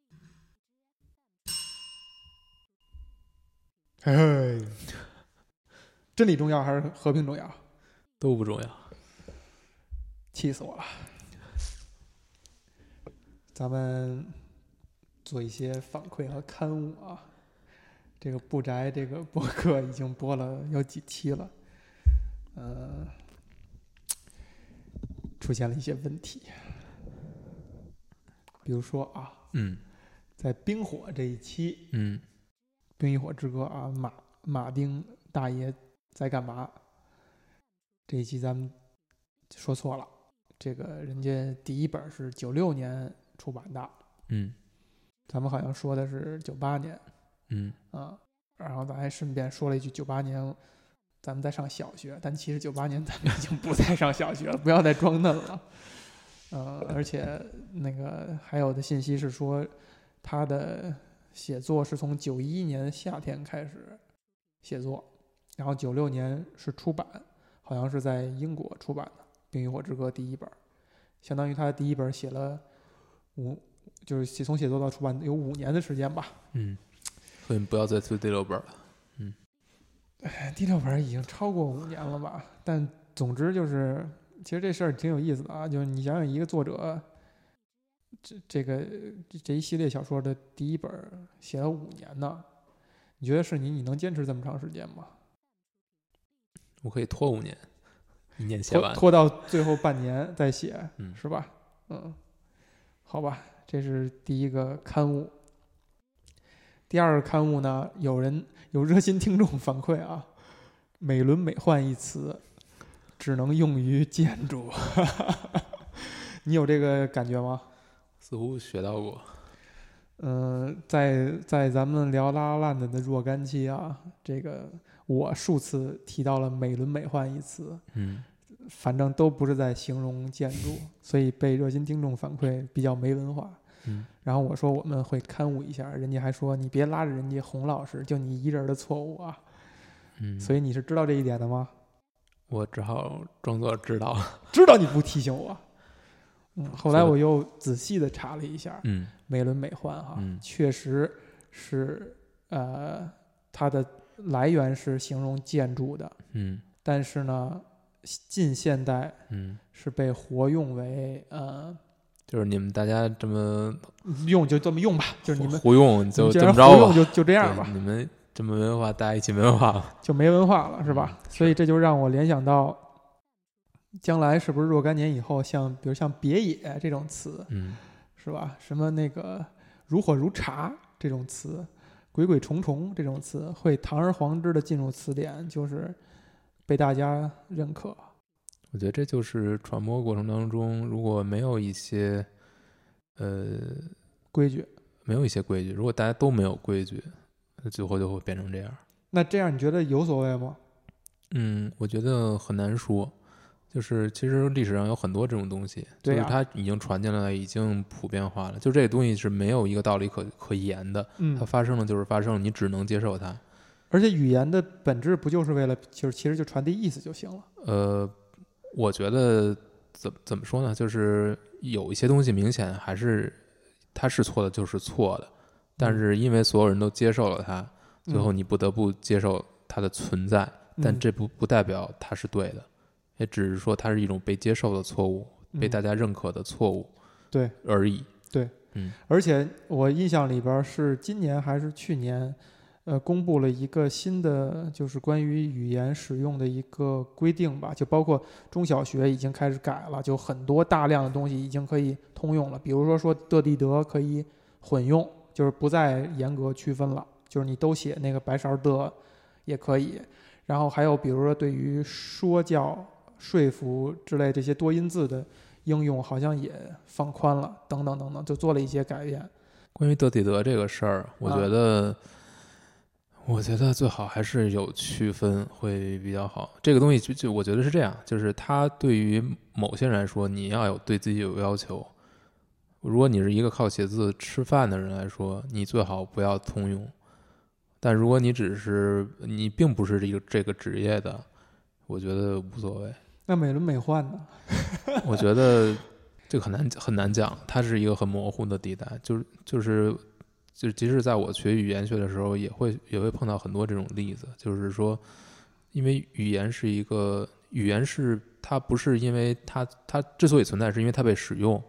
嘿嘿，真理重要还是和平重要？都不重要。气死我了！咱们做一些反馈和刊物啊。这个不宅这个播客已经播了有几期了，呃，出现了一些问题，比如说啊，嗯在冰火这一期，嗯《冰与火之歌》啊，马马丁大爷在干嘛？这一期咱们说错了，这个人家第一本是九六年出版的，嗯咱们好像说的是九八年嗯啊、然后咱还顺便说了一句，九八年咱们在上小学，但其实九八年咱们已经不再上小学了，不要再装嫩了。呃，而且那个还有的信息是说，他的写作是从九一年夏天开始写作，然后九六年是出版，好像是在英国出版的《冰与火之歌》第一本，相当于他第一本写了五，就是写从写作到出版有五年的时间吧。嗯，所以不要再推第六本了。第六本儿已经超过五年了吧？但总之就是，其实这事儿挺有意思的啊。就是你想想，一个作者，这这个这这一系列小说的第一本儿写了五年呢，你觉得是你，你能坚持这么长时间吗？我可以拖五年，一年写拖完。拖到最后半年再写，嗯是吧？嗯，好吧，这是第一个刊物。第二个刊物呢，有人有热心听众反馈啊，“美轮美奂”一词只能用于建筑， 你有这个感觉吗？似乎学到过。嗯、在在咱们聊拉拉烂的的若干期啊，这个我数次提到了“美轮美奂”一词，嗯反正都不是在形容建筑，所以被热心听众反馈比较没文化。嗯然后我说我们会刊物一下，人家还说你别拉着人家洪老师，就你一人的错误啊。嗯，所以你是知道这一点的吗？我只好装作知道了。知道你不提醒我。嗯，后来是的我又仔细的查了一下， 嗯美轮美奂哈，嗯确实是呃，它的来源是形容建筑的，嗯但是呢，近现代嗯，是被活用为呃就是你们大家这么用就这么用吧，就是你们胡用， 就既这然么不着用吧。就就这这样吧，你们这么文化，大家一起文 化吧。就没文化了，是嗯吧？所以这就让我联想到，将来是不是若干年以后，像比如像别野这种词，嗯是吧？什么那个如火如茶这种词，鬼鬼重重这种词，会堂而皇之的进入词典，就是被大家认可。我觉得这就是传播过程当中，如果没有一些呃规矩，没有一些规矩，如果大家都没有规矩，那最后就会变成这样。那这样你觉得有所谓吗？嗯，我觉得很难说。就是其实历史上有很多这种东西，对就是啊它已经传进来，已经普遍化了。就这个东西是没有一个道理可可言的，嗯它，发生了就是发生了，你只能接受它。而且语言的本质不就是为了，就是其实就传递意思就行了。呃，我觉得怎怎么说呢？就是有一些东西明显还是它是错的，就是错的。但是因为所有人都接受了它，最后嗯你不得不接受它的存在，但嗯这不不代表它是对的，也只是说它是一种被接受的错误，被嗯大家认可的错误，对而已。嗯而且我印象里边儿是今年还是去年，呃，公布了一个新的就是关于语言使用的一个规定吧，就包括中小学已经开始改了，就很多大量的东西已经可以通用了，比如说说的地德可以混用，就是不再严格区分了，就是你都写那个白勺的也可以。然后还有比如说对于说教、说服之类这些多音字的应用好像也放宽了，等等等等，就做了一些改变。关于德底德这个事儿，我啊觉得，我觉得最好还是有区分会比较好。这个东西就就我觉得是这样，就是它对于某些人来说，你要有对自己有要求。如果你是一个靠写字吃饭的人来说，你最好不要通用。但如果你只是你并不是这个这个职业的，我觉得无所谓。那美轮美奂呢？我觉得这个很难很难讲，它是一个很模糊的地带，就是就是就是即使在我学语言学的时候，也会也会碰到很多这种例子，就是说，因为语言是一个语言是它不是因为它它之所以存在，是因为它被使用，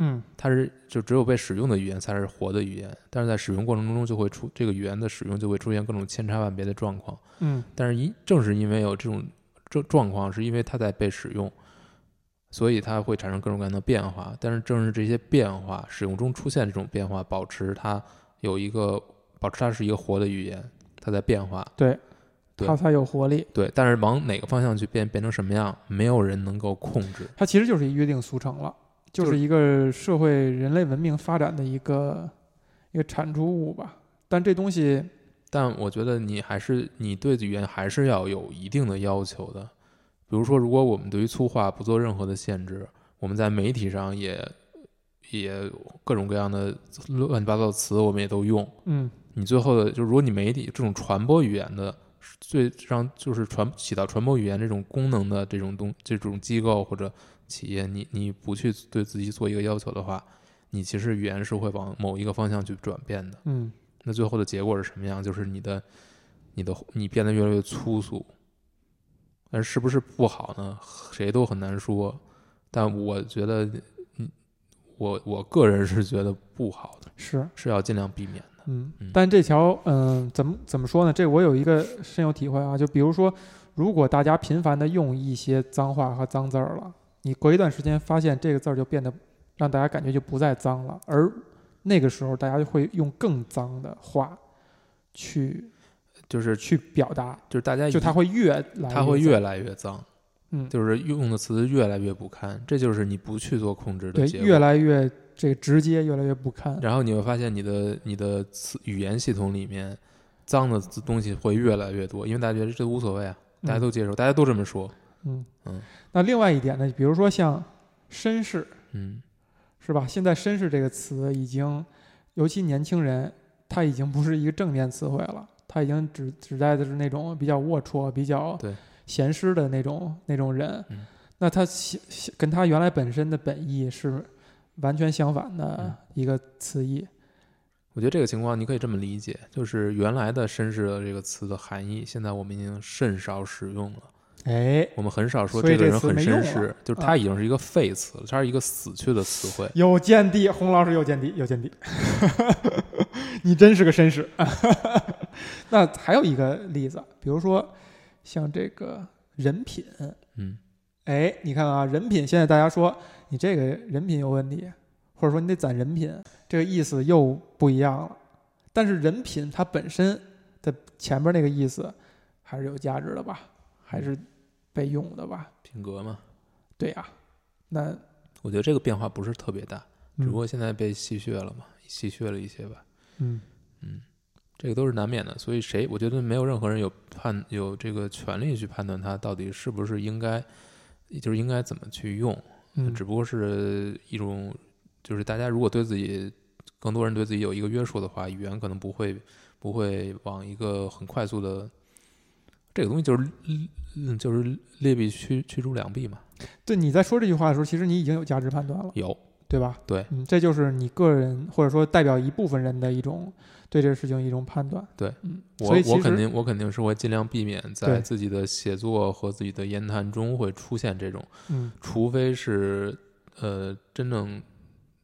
嗯它是就只有被使用的语言才是活的语言，但是在使用过程中就会出这个语言的使用就会出现各种千差万别的状况。嗯但是因正是因为有这种这状况，是因为它在被使用，所以它会产生各种各样的变化。但是正是这些变化，使用中出现这种变化，保持它有一个保持它是一个活的语言，它在变化。对，对它才有活力。对，但是往哪个方向去变，变成什么样，没有人能够控制。它其实就是一约定俗成了，就就是是一个社会人类文明发展的一个一个产出物吧。但这东西，但我觉得你还是你对语言还是要有一定的要求的。比如说，如果我们对于粗话不做任何的限制，我们在媒体上也也各种各样的乱七八糟的词我们也都用。嗯你最后的，就如果你媒体这种传播语言的最让就是传起到传播语言这种功能的这种东这种机构或者企业，你你不去对自己做一个要求的话，你其实语言是会往某一个方向去转变的。嗯，那最后的结果是什么样？就是你的、你的、你变得越来越粗俗。但是不是不好呢？谁都很难说。但我觉得，嗯，我我个人是觉得不好的，是。是要尽量避免的。嗯嗯，但这条，嗯、怎么怎么说呢？这我有一个深有体会啊，就比如说，如果大家频繁的用一些脏话和脏字儿了，你隔一段时间发现这个字儿就变得让大家感觉就不再脏了，而那个时候大家就会用更脏的话去就是去表达，就是大家就它会越来它会越越脏来越脏，嗯就是用的词越来越不堪，这就是你不去做控制的对结果。越来越这个直接，越来越不堪。然后你会发现你的你的词语言系统里面脏的字东西会越来越多，因为大家觉得这无所谓啊，大家都接受，大家都这么说，嗯嗯那另外一点呢，比如说像绅士，嗯，是吧？现在“绅士”这个词已经，尤其年轻人，他已经不是一个正面词汇了，他已经指指代的是那种比较龌龊、比较对闲适的那种那种人。嗯那他写写跟他原来本身的本意是完全相反的嗯一个词义。我觉得这个情况你可以这么理解，就是原来的“绅士”的这个词的含义，现在我们已经甚少使用了。哎，我们很少说所以个这人词很没用绅了士，就是啊它已经是一个废词了，它是一个死去的词汇。有见地，洪老师有见地，有见地， 你真是个绅士。 那还有一个例子，比如说像这个人品。嗯，哎，你看啊，人品现在大家说你这个人品有问题，或者说你得攒人品，这个意思又不一样了。但是人品它本身的前面那个意思还是有价值的吧，还是被用的吧？品格嘛，对呀、那我觉得这个变化不是特别大，只不嗯过现在被戏谑了嘛，戏谑了一些吧，嗯这个都是难免的。所以谁，我觉得没有任何人有判有这个权利去判断它到底是不是应该，就是应该怎么去用，嗯只不过是一种，就是大家如果对自己，更多人对自己有一个约束的话，语言可能不会不会往一个很快速的，这个东西就是嗯就是劣币驱驱逐良币嘛，对你在说这句话的时候，其实你已经有价值判断了，有对吧？对嗯，这就是你个人或者说代表一部分人的一种对这个事情一种判断。对，嗯，我所以其实我肯定我肯定是会尽量避免在对自己的写作和自己的言谈中会出现这种，嗯除非是呃真正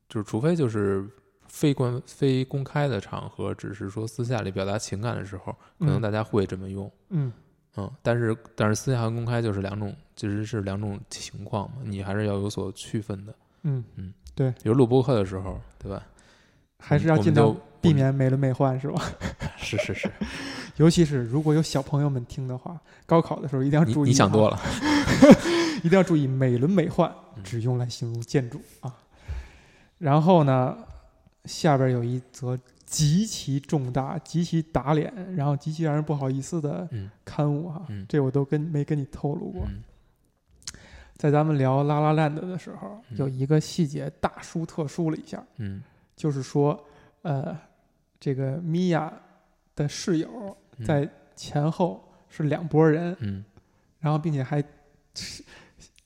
就是除非就是非官非公开的场合，只是说私下里表达情感的时候，可能嗯大家会这么用。嗯嗯，但是但是私下和公开就是两种，其实是两种情况嘛，你还是要有所区分的。嗯比如录播课的时候，对吧？嗯还是要我们尽量就避免美轮美奂是吧？是是是， 尤其是如果有小朋友们听的话，高考的时候一定要你注意、你想了，多了。嗯一定要注意美轮美奂，只用来形容建筑啊。然后呢，下边有一则极其重大、极其打脸，然后极其让人不好意思的嗯刊物啊，嗯这我都跟没跟你透露过。嗯在咱们聊《拉拉 land》的时候，嗯有一个细节大书特书了一下，嗯就是说，呃，这个米娅的室友嗯在前后是两拨人，嗯然后并且还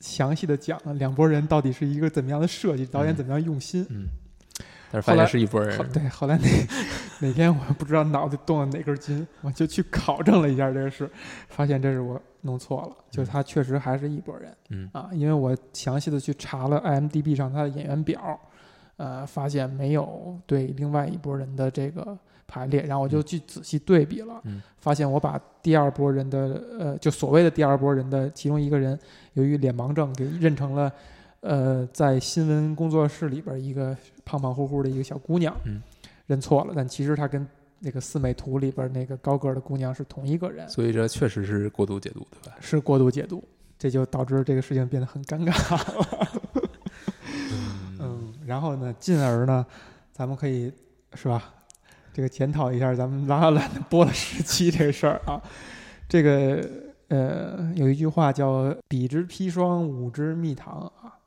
详细的讲了两拨人到底是一个怎么样的设计，导演嗯怎么样用心。嗯但是发后来现是一拨人后。对，后来哪哪天我不知道脑袋动了哪根筋，我就去考证了一下这个事，发现这是我弄错了，就嗯他确实还是一拨人嗯啊，因为我详细的去查了 IMDB 上他的演员表，呃，发现没有对另外一拨人的这个排列，然后我就嗯去仔细对比了，嗯发现我把第二拨人的呃，就所谓的第二拨人的其中一个人，由于脸盲症给认成了。呃，在新闻工作室里边儿一个胖胖乎乎的一个小姑娘，嗯认错了，但其实她跟那个四美图里边儿那个高个儿的姑娘是同一个人，所以这确实是过度解读，对吧？是过度解读，这就导致这个事情变得很尴尬。嗯，然后呢，进而呢，咱们可以是吧？这个检讨一下咱们拉拉兰播了十期这事儿啊，这个呃有一句话叫“彼之砒霜，吾之蜜糖”啊，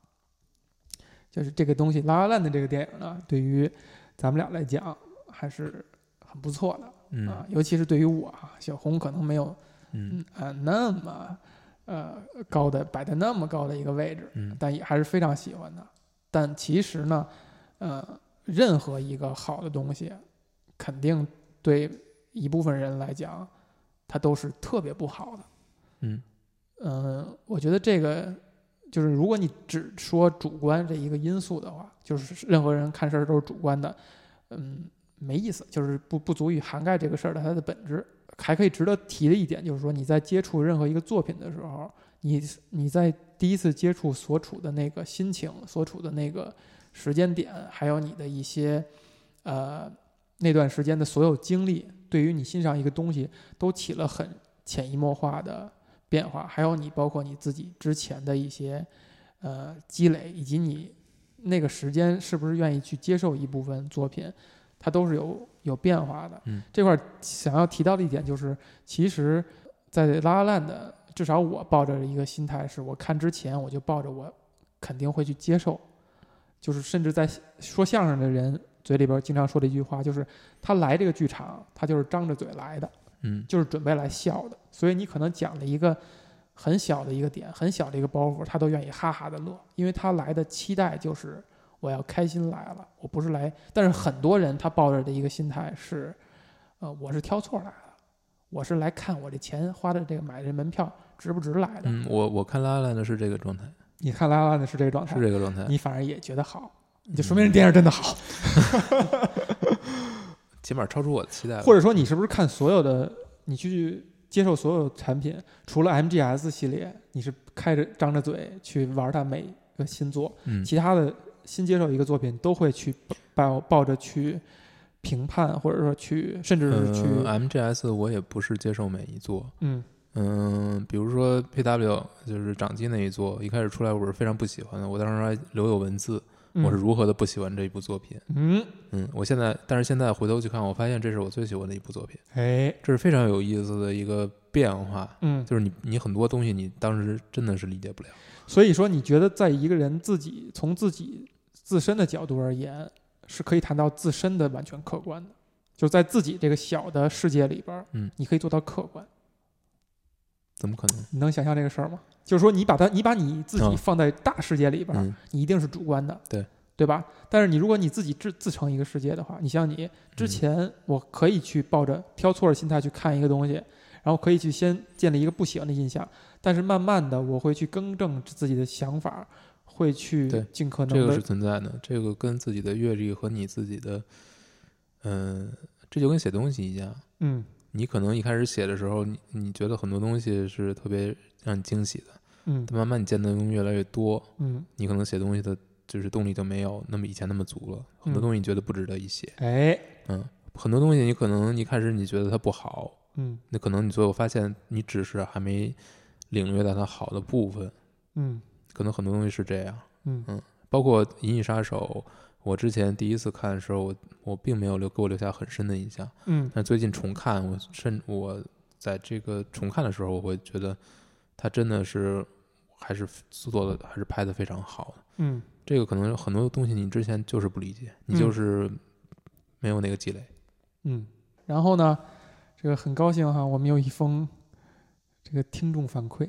就是这个东西《拉拉烂》的这个电影呢，对于咱们俩来讲还是很不错的啊嗯，尤其是对于我啊，小红可能没有嗯嗯啊那么呃高的摆在那么高的一个位置，嗯但也还是非常喜欢的。但其实呢，呃，任何一个好的东西，肯定对一部分人来讲，它都是特别不好的。嗯嗯，我觉得这个就是，如果你只说主观这一个因素的话，就是任何人看事儿都是主观的，嗯，没意思，就是不不足以涵盖这个事儿的它的本质。还可以值得提的一点就是说，你在接触任何一个作品的时候，你你在第一次接触所处的那个心情、所处的那个时间点，还有你的一些呃那段时间的所有经历，对于你欣赏一个东西都起了很潜移默化的变化。还有你包括你自己之前的一些呃积累，以及你那个时间是不是愿意去接受一部分作品，它都是有有变化的。嗯这块儿想要提到的一点就是，其实，在拉拉烂的，至少我抱着一个心态是，我看之前我就抱着我肯定会去接受，就是甚至在说相声的人嘴里边经常说的一句话，就是他来这个剧场，他就是张着嘴来的，嗯就是准备来笑的，所以你可能讲了一个很小的一个点，很小的一个包袱，他都愿意哈哈的乐，因为他来的期待就是我要开心来了，我不是来。但是很多人他抱着的一个心态是，呃，我是挑错来的，我是来看我这钱花的这个买这门票值不值来的。嗯，我我看拉拉的是这个状态，你看拉拉的是这个嗯状态是，这个状态，你反而也觉得好，就说明这电影真的好，起码超出我的期待了。或者说你是不是看所有的你去。接受所有产品，除了 MGS 系列，你是开着张着嘴去玩它每个新作，嗯其他的新接受一个作品都会去抱抱着去评判，或者说去甚至是去嗯、MGS 我也不是接受每一座，嗯嗯，比如说 PW 就是掌机那一座，一开始出来我是非常不喜欢的，我当时还留有文字，嗯我是如何的不喜欢这一部作品。嗯嗯，我现在但是现在回头去看，我发现这是我最喜欢的一部作品，哎这是非常有意思的一个变化。嗯，就是你，你很多东西你当时真的是理解不了。所以说你觉得在一个人自己从自己自身的角度而言，是可以谈到自身的完全客观的，就在自己这个小的世界里边，嗯，你可以做到客观。怎么可能？你能想象这个事儿吗？就是说，你把它，你把你自己嗯放在大世界里边，嗯你一定是主观的，对对吧？但是你如果你自己自自成一个世界的话，你像你嗯之前，我可以去抱着挑错的心态去看一个东西，然后可以去先建立一个不喜欢的印象，但是慢慢的我会去更正自己的想法，会去对尽可能这的，个是存在的，这个跟自己的阅历和你自己的，嗯、这就跟写东西一样，嗯你可能一开始写的时候，你你觉得很多东西是特别让你惊喜的，嗯但慢慢你见的东西越来越多，嗯，你可能写东西的就是动力就没有那么以前那么足了，很多嗯东西你觉得不值得一写，哎，嗯，很多东西你可能一开始你觉得它不好，嗯那可能你最后发现你只是还没领略到它好的部分，嗯可能很多东西是这样。嗯包括《银翼杀手》，我之前第一次看的时候，我我并没有留给我留下很深的印象。嗯但最近重看，我甚我在这个重看的时候，我会觉得它真的是还是做的还是拍的非常好的。嗯这个可能有很多东西你之前就是不理解，你嗯就是没有那个积累。嗯，然后呢，这个很高兴哈，我们有一封这个听众反馈，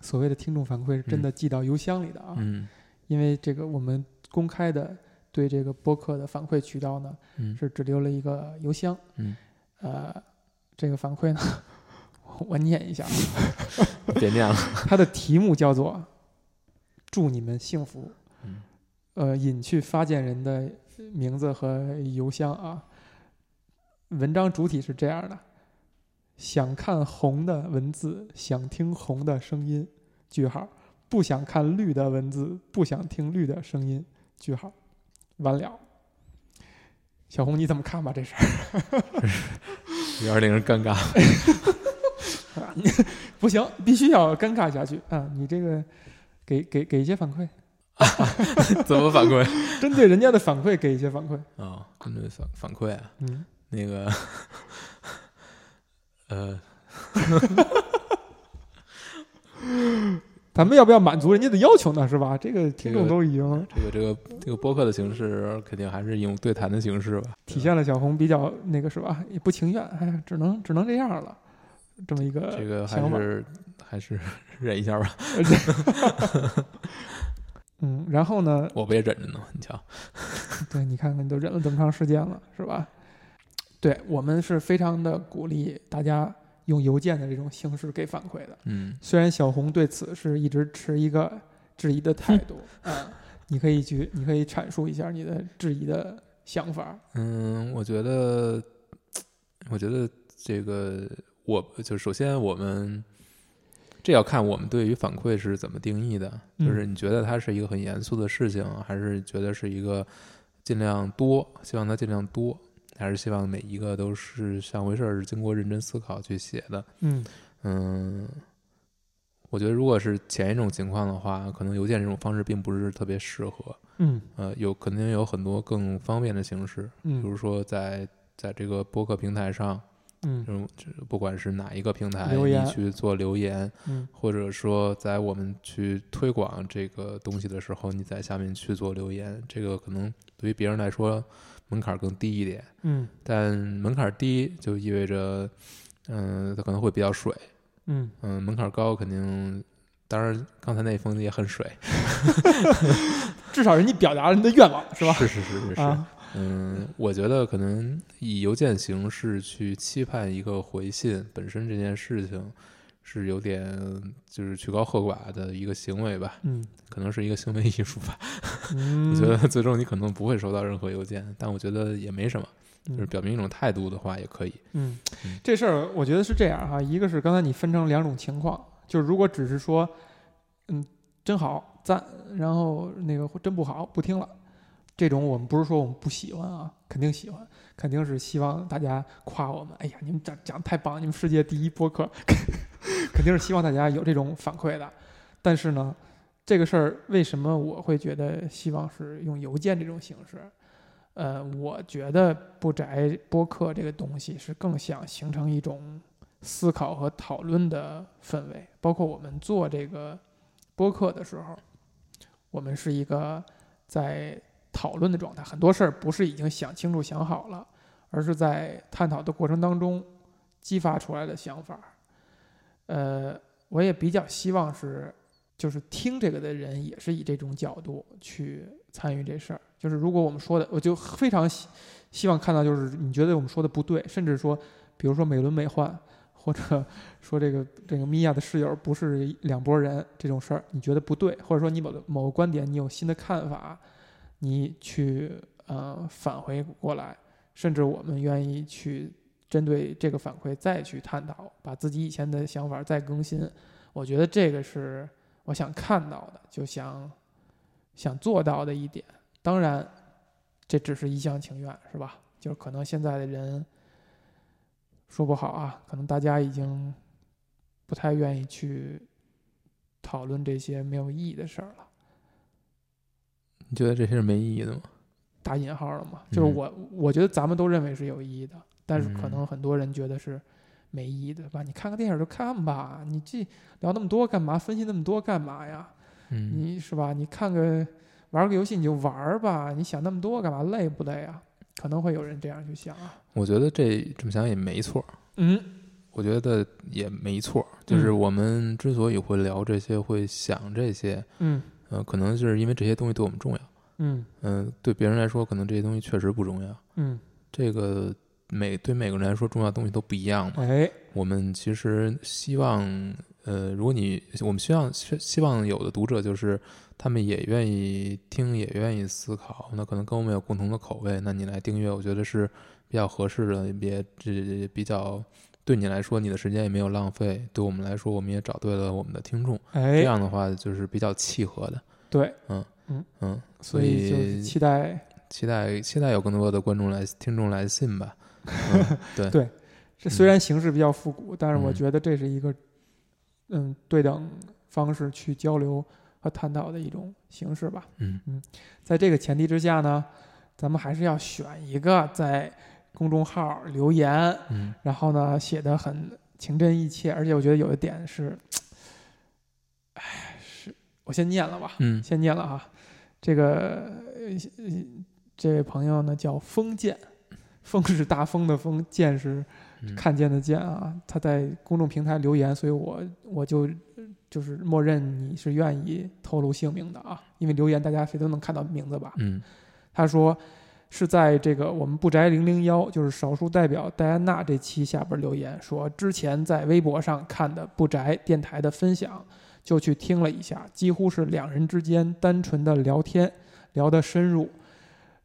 所啊谓的听众反馈是真的寄到邮箱里的啊，嗯因为这个我们公开的对这个播客的反馈渠道呢，嗯是只留了一个邮箱。嗯，呃，这个反馈呢， 我念一下，啊别念了。它的题目叫做“祝你们幸福”嗯。呃，隐去发件人的名字和邮箱啊。文章主体是这样的：想看红的文字，想听红的声音，句号；不想看绿的文字，不想听绿的声音，句号。完了。小红，你怎么看吧这事儿？ 有点令人尴尬。不行，必须要尴尬下去啊！你这个给给给一些反馈，怎么反馈 针对人家的反馈给一些反馈。啊？针对反反馈啊，嗯，那个，呃，咱们要不要满足人家的要求呢？是吧？这个听众这个都已经这个啊这个这个播客的形式，肯定还是用对谈的形式吧。体现了小红比较那个是吧？也不情愿，哎，只能只能这样了，这么一个这个还想法。是还是忍一下吧，嗯，然后呢？我不也忍着呢。你瞧，对你看看，你都忍了这么长时间了，是吧？对我们是非常的鼓励大家用邮件的这种形式给反馈的。嗯，虽然小红对此是一直持一个质疑的态度，啊，你可以去，你可以阐述一下你的质疑的想法。嗯，我觉得，我觉得这个，我就首先我们这要看我们对于反馈是怎么定义的，嗯就是你觉得它是一个很严肃的事情，还是觉得是一个尽量多，希望它尽量多，还是希望每一个都是像回事儿，是经过认真思考去写的？嗯嗯，我觉得如果是前一种情况的话，可能邮件这种方式并不是特别适合，嗯呃，有肯定有很多更方便的形式。比嗯如说在在这个播客平台上，嗯嗯，这不管是哪一个平台，留言你去做留言，嗯或者说在我们去推广这个东西的时候，你在下面去做留言，这个可能对于别人来说门槛更低一点，嗯但门槛低就意味着，嗯、它可能会比较水，嗯，嗯、门槛高肯定。当然，刚才那封也很水，至少人家表达了你的愿望，是吧？是是是是是，啊，嗯，我觉得可能以邮件形式去期盼一个回信本身这件事情，是有点就是曲高和寡的一个行为吧，嗯可能是一个行为艺术吧。嗯，我觉得最终你可能不会收到任何邮件，但我觉得也没什么，就是嗯表明一种态度的话也可以。嗯，这事儿我觉得是这样哈，一个是刚才你分成两种情况，就是如果只是说，嗯，真好赞，然后那个真不好不听了，这种我们不是说我们不喜欢啊，肯定喜欢，肯定是希望大家夸我们，哎呀，你们讲讲得太棒，你们世界第一播客， 肯定是希望大家有这种反馈的。但是呢，这个事儿为什么我会觉得希望是用邮件这种形式？呃，我觉得不宅播客这个东西是更想形成一种思考和讨论的氛围，包括我们做这个播客的时候，我们是一个在讨论的状态，很多事儿不是已经想清楚想好了，而是在探讨的过程当中激发出来的想法。呃，我也比较希望是，就是听这个的人也是以这种角度去参与这事儿。就是如果我们说的，我就非常希希望看到，就是你觉得我们说的不对，甚至说，比如说美轮美奂， 或者说这个这个米娅的室友不是两拨人这种事儿，你觉得不对，或者说你某个某个观点你有新的看法，你去呃返回过来，甚至我们愿意去针对这个反馈再去探讨，把自己以前的想法再更新。我觉得这个是我想看到的，就想想做到的一点。当然，这只是一厢情愿，是吧？就是可能现在的人说不好啊，可能大家已经不太愿意去讨论这些没有意义的事儿了。你觉得这些是没意义的吗？打引号了嘛，就是嗯我我觉得咱们都认为是有意义的，但是可嗯能很多人觉得是没意义的，对吧？你看个电影就看吧，你这聊那么多干嘛？分析那么多干嘛呀？嗯你是吧？你看个玩个游戏你就玩儿吧，你想那么多干嘛？累不累啊？可能会有人这样去想啊。我觉得这这么想也没错，嗯我觉得也没错。就是嗯我们之所以会聊这些，会想这些，嗯呃，可能就是因为这些东西对我们重要。嗯嗯，对别人来说，可能这些东西确实不重要。嗯，这个每对每个人来说重要的东西都不一样嘛。哎，我们其实希望，呃，如果你我们希望希希望有的读者就是他们也愿意听，也愿意思考，那可能跟我们有共同的口味，那你来订阅，我觉得是比较合适的，也这比较对你来说，你的时间也没有浪费，对我们来说，我们也找对了我们的听众，这哎，样的话就是比较契合的，对，嗯，所所以就是期待期待期待有更多的观众来听众来 信吧，嗯对对这虽然形式比较复古，但是我嗯觉得这是一个嗯对等方式去交流和探讨的一种形式吧。嗯在这个前提之下呢，咱们还是要选一个在公众号留言，嗯然后呢写的很情真意切，而且我觉得有一点是，哎，是我先念了吧，嗯先念了啊。这个呃这位朋友呢叫风见，风是大风的风，见是嗯，看见的见啊，他在公众平台留言，所以我我就就是默认你是愿意透露姓名的啊，因为留言大家谁都能看到名字吧。嗯他说是在这个我们不宅零零幺，就是少数代表戴安娜这期下边留言说，之前在微博上看的不宅电台的分享，就去听了一下，几乎是两人之间单纯的聊天，聊得深入，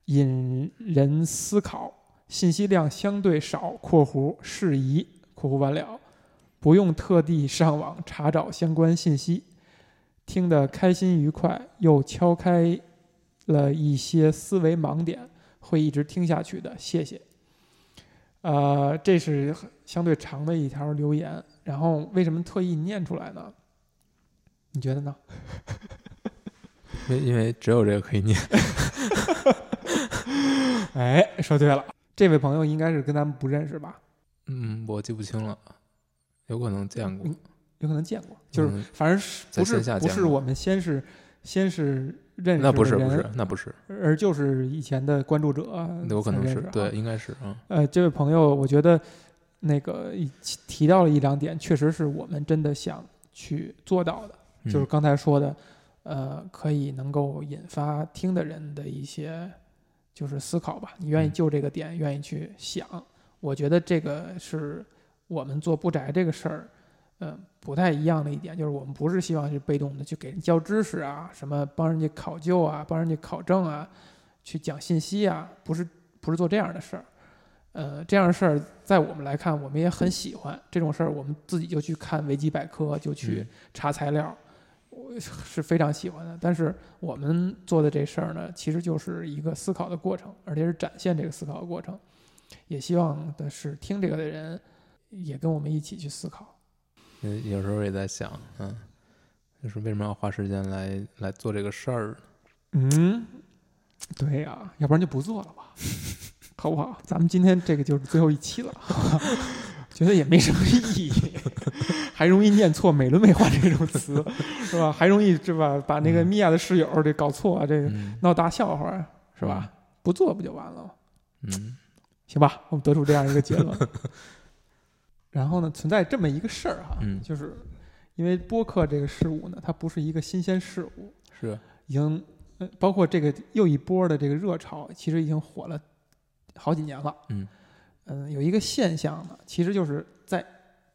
引人思考，信息量相对少（括弧适宜）（括弧完了），不用特地上网查找相关信息。听得开心愉快，又敲开了一些思维盲点，会一直听下去的。谢谢。呃，这是很相对长的一条留言，然后为什么特意念出来呢？你觉得呢？因为因为只有这个可以念。 哎，说对了，这位朋友应该是跟咱们不认识吧？嗯，我记不清了，有可能见过嗯。有可能见过，就是嗯反正是在不是线下不见是过我们先是先是认识那不的是不人是，那不是，而就是以前的关注者有可才能认是识啊对，应该是嗯呃，这位朋友，我觉得那个一起提到了一两点，确实是我们真的想去做到的，嗯就是刚才说的，呃，可以能够引发听的人的一些就是思考吧。你愿意嗯就这个点，愿意去想，我觉得这个是我们做不宅这个事儿，嗯、不太一样的一点，就是我们不是希望是被动的去给人教知识啊，什么帮人家考究啊，帮人家考证啊，去讲信息啊，不是不是做这样的事儿。呃，这样的事儿在我们来看，我们也很喜欢这种事儿，我们自己就去看维基百科，就去嗯查材料，我是非常喜欢的。但是我们做的这事儿呢，其实就是一个思考的过程，而且是展现这个思考的过程。也希望的是听这个的人也跟我们一起去思考。嗯有时候也在想，嗯，就是为什么要花时间来来做这个事儿呢？嗯，对呀、要不然就不做了吧，好不好？咱们今天这个就是最后一期了， 觉得也没什么意义， 还容易念错美轮美奂这种词，是吧？还容易是吧？把那个嗯米娅的室友这搞错，啊这个嗯闹大笑话是吧？不做不就完了吗？嗯行吧，我们得出这样一个结论。 然后呢，存在这么一个事儿哈，嗯就是因为播客这个事物呢，它不是一个新鲜事物，是已经呃包括这个又一波的这个热潮，其实已经火了好几年了。嗯嗯有一个现象呢，其实就是在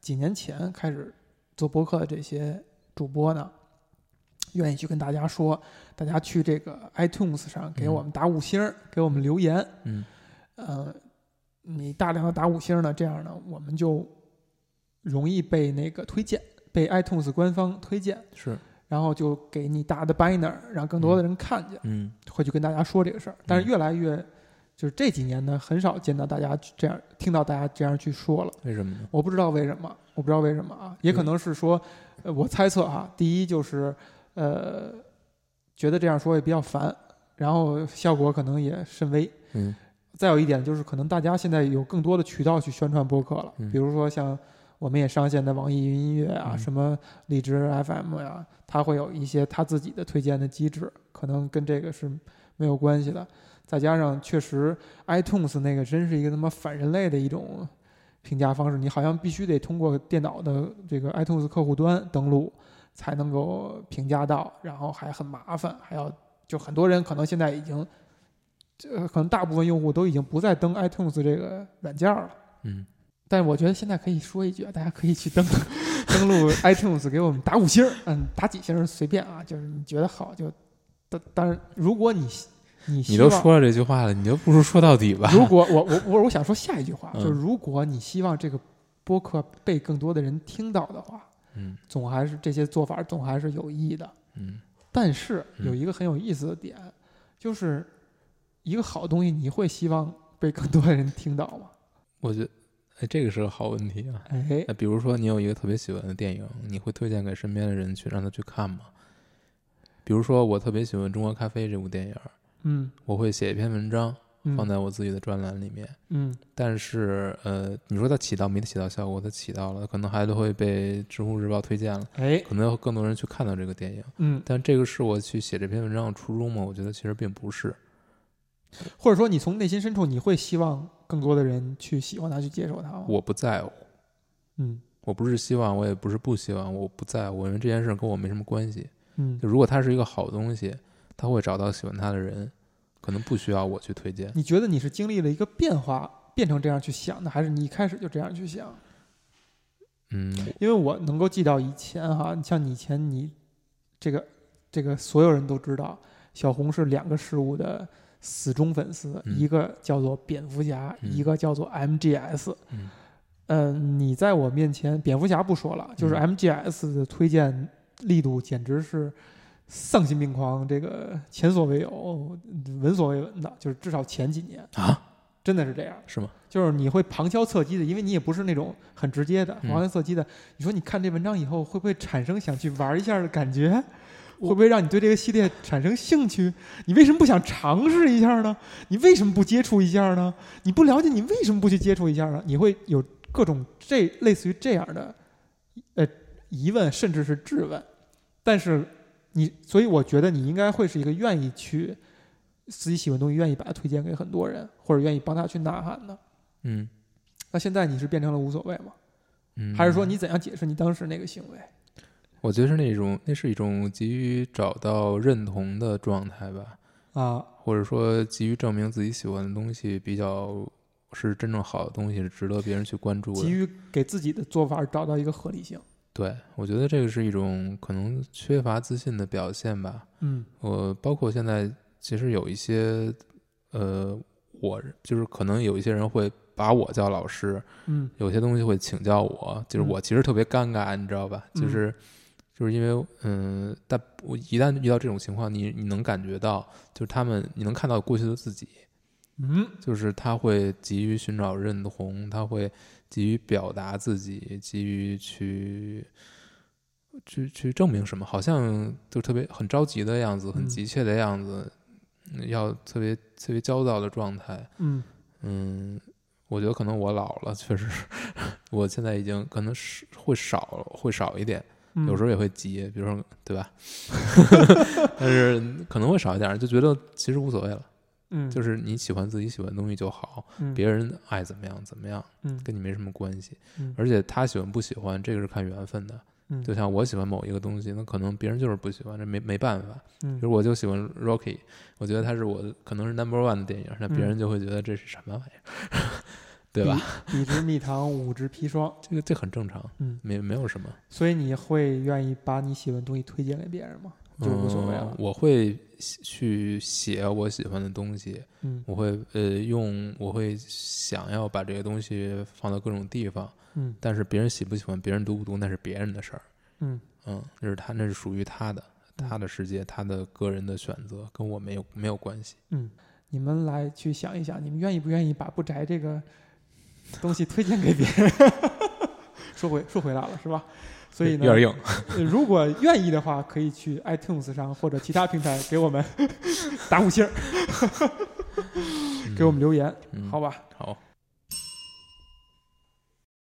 几年前开始做播客的这些主播呢，愿意去跟大家说，大家去这个 iTunes 上给我们打五星儿，给我们留言。嗯呃，你大量的打五星呢，这样呢，我们就容易被那个推荐，被 iTunes 官方推荐，是然后就给你大的 banner，让更多的人看见，嗯会去跟大家说这个事儿。但是越来越，就是这几年呢，很少见到大家这样听到大家这样去说了。为什么呢？我不知道为什么，我不知道为什么啊，也可能是说，呃，我猜测哈、第一就是，呃，觉得这样说也比较烦，然后效果可能也甚微。嗯再有一点就是，可能大家现在有更多的渠道去宣传播客了，嗯比如说像我们也上线的网易云音乐啊，嗯什么荔枝 FM 呀、它会有一些它自己的推荐的机制，可能跟这个是没有关系的。再加上确实 iTunes 那个真是一个他妈反人类的一种评价方式，你好像必须得通过电脑的这个 iTunes 客户端登录才能够评价到，然后还很麻烦，还要就很多人可能现在已经，呃，可能大部分用户都已经不再登 iTunes 这个软件了。嗯，但我觉得现在可以说一句，啊大家可以去登登录 iTunes 给我们打五星儿，嗯，打几星儿随便啊，就是你觉得好就，当当然，如果你你你希都望说了这句话了，你就不如说到底吧。如果我我我我想说下一句话，嗯就是如果你希望这个播客被更多的人听到的话，嗯总还是这些做法总还是有意义的。嗯但是嗯有一个很有意思的点，就是一个好东西，你会希望被更多的人听到吗？我觉得，哎，这个是个好问题啊。哎，那比如说，你有一个特别喜欢的电影，你会推荐给身边的人去让他去看吗？比如说，我特别喜欢《中国咖啡》这部电影，嗯我会写一篇文章放嗯在我自己的专栏里面。嗯但是，呃，你说它起到没起到效果？它起到了，可能还都会被知乎日报推荐了，哎可能有更多人去看到这个电影。嗯，但这个是我去写这篇文章的初衷吗？我觉得其实并不是。或者说你从内心深处，你会希望更多的人去喜欢它，去接受它吗？我不在乎，嗯我不是希望，我也不是不希望，我不在乎，因为这件事跟我没什么关系。嗯，就如果它是一个好东西，它会找到喜欢它的人，可能不需要我去推荐。你觉得你是经历了一个变化，变成这样去想的，还是你一开始就这样去想？嗯，因为我能够记到以前哈，你像你以前你这个这个所有人都知道，小红是两个事物的死忠粉丝，嗯一个叫做蝙蝠侠，嗯一个叫做 MGS。嗯呃你在我面前，蝙蝠侠不说了，就是嗯 MGS 的推荐力度简直是丧心病狂，这个前所未有、闻所未闻的，就是至少前几年啊，真的是这样。是吗？就是你会旁敲侧击的，因为你也不是那种很直接的嗯旁敲侧击的。你说你看这文章以后，会不会产生想去玩一下的感觉？会不会让你对这个系列产生兴趣？你为什么不想尝试一下呢？你为什么不接触一下呢？你不了解，你为什么不去接触一下呢？你会有各种这类似于这样的呃疑问，甚至是质问。但是你，所以我觉得你应该会是一个愿意去自己喜欢的东西，愿意把它推荐给很多人，或者愿意帮他去呐喊的。嗯那现在你是变成了无所谓吗？嗯，还是说你怎样解释你当时那个行为？我觉得是那种，那是一种急于找到认同的状态吧，啊，或者说急于证明自己喜欢的东西比较是真正好的东西，是值得别人去关注急的。于给自己的做法找到一个合理性。对，我觉得这个是一种可能缺乏自信的表现吧。嗯我包括现在，其实有一些，呃，我就是可能有一些人会把我叫老师，嗯有些东西会请教我，就是嗯我其实特别尴尬，你知道吧？嗯就是就是因为嗯，但我一旦遇到这种情况，你你能感觉到，就是他们你能看到过去的自己，嗯就是他会急于寻找认同，他会急于表达自己，急于去去去证明什么，好像就特别很着急的样子，很嗯急切的样子，嗯要特别特别焦躁的状态。嗯嗯，我觉得可能我老了，确实， 我现在已经可能是会少会少一点，嗯，有时候候也会急，比如说对吧？ 但是可能会少一点，就觉得其实无所谓了，嗯就是你喜欢自己喜欢的东西就好，嗯别人爱怎么样怎么样，嗯跟你没什么关系。嗯而且他喜欢不喜欢，这个是看缘分的。嗯就像我喜欢某一个东西，那可能别人就是不喜欢，这没没办法。嗯比如我就喜欢 Rocky，我觉得它是我的可能是 number one 的电影，那别人就会觉得这是什么玩意儿， 对吧？嗯比之蜜糖，五之砒霜。这个这很正常，嗯，没没有什么，所以你会愿意把你喜欢的东西推荐给别人吗？就无所谓啊了嗯。我会写去写我喜欢的东西，嗯我会呃用，我会想要把这个东西放到各种地方，嗯但是别人喜不喜欢，别人读不读那是别人的事儿，嗯嗯，那是他那是属于他的。嗯他的世界，他的个人的选择跟我没有没有关系。嗯，你们来去想一想，你们愿意不愿意把不宅这个东西推荐给别人？ 说回说回来了是吧？所以呢，有点硬，呃如果愿意的话，可以去 iTunes 上或者其他平台给我 们打五星儿，给我们留言，嗯好吧？好，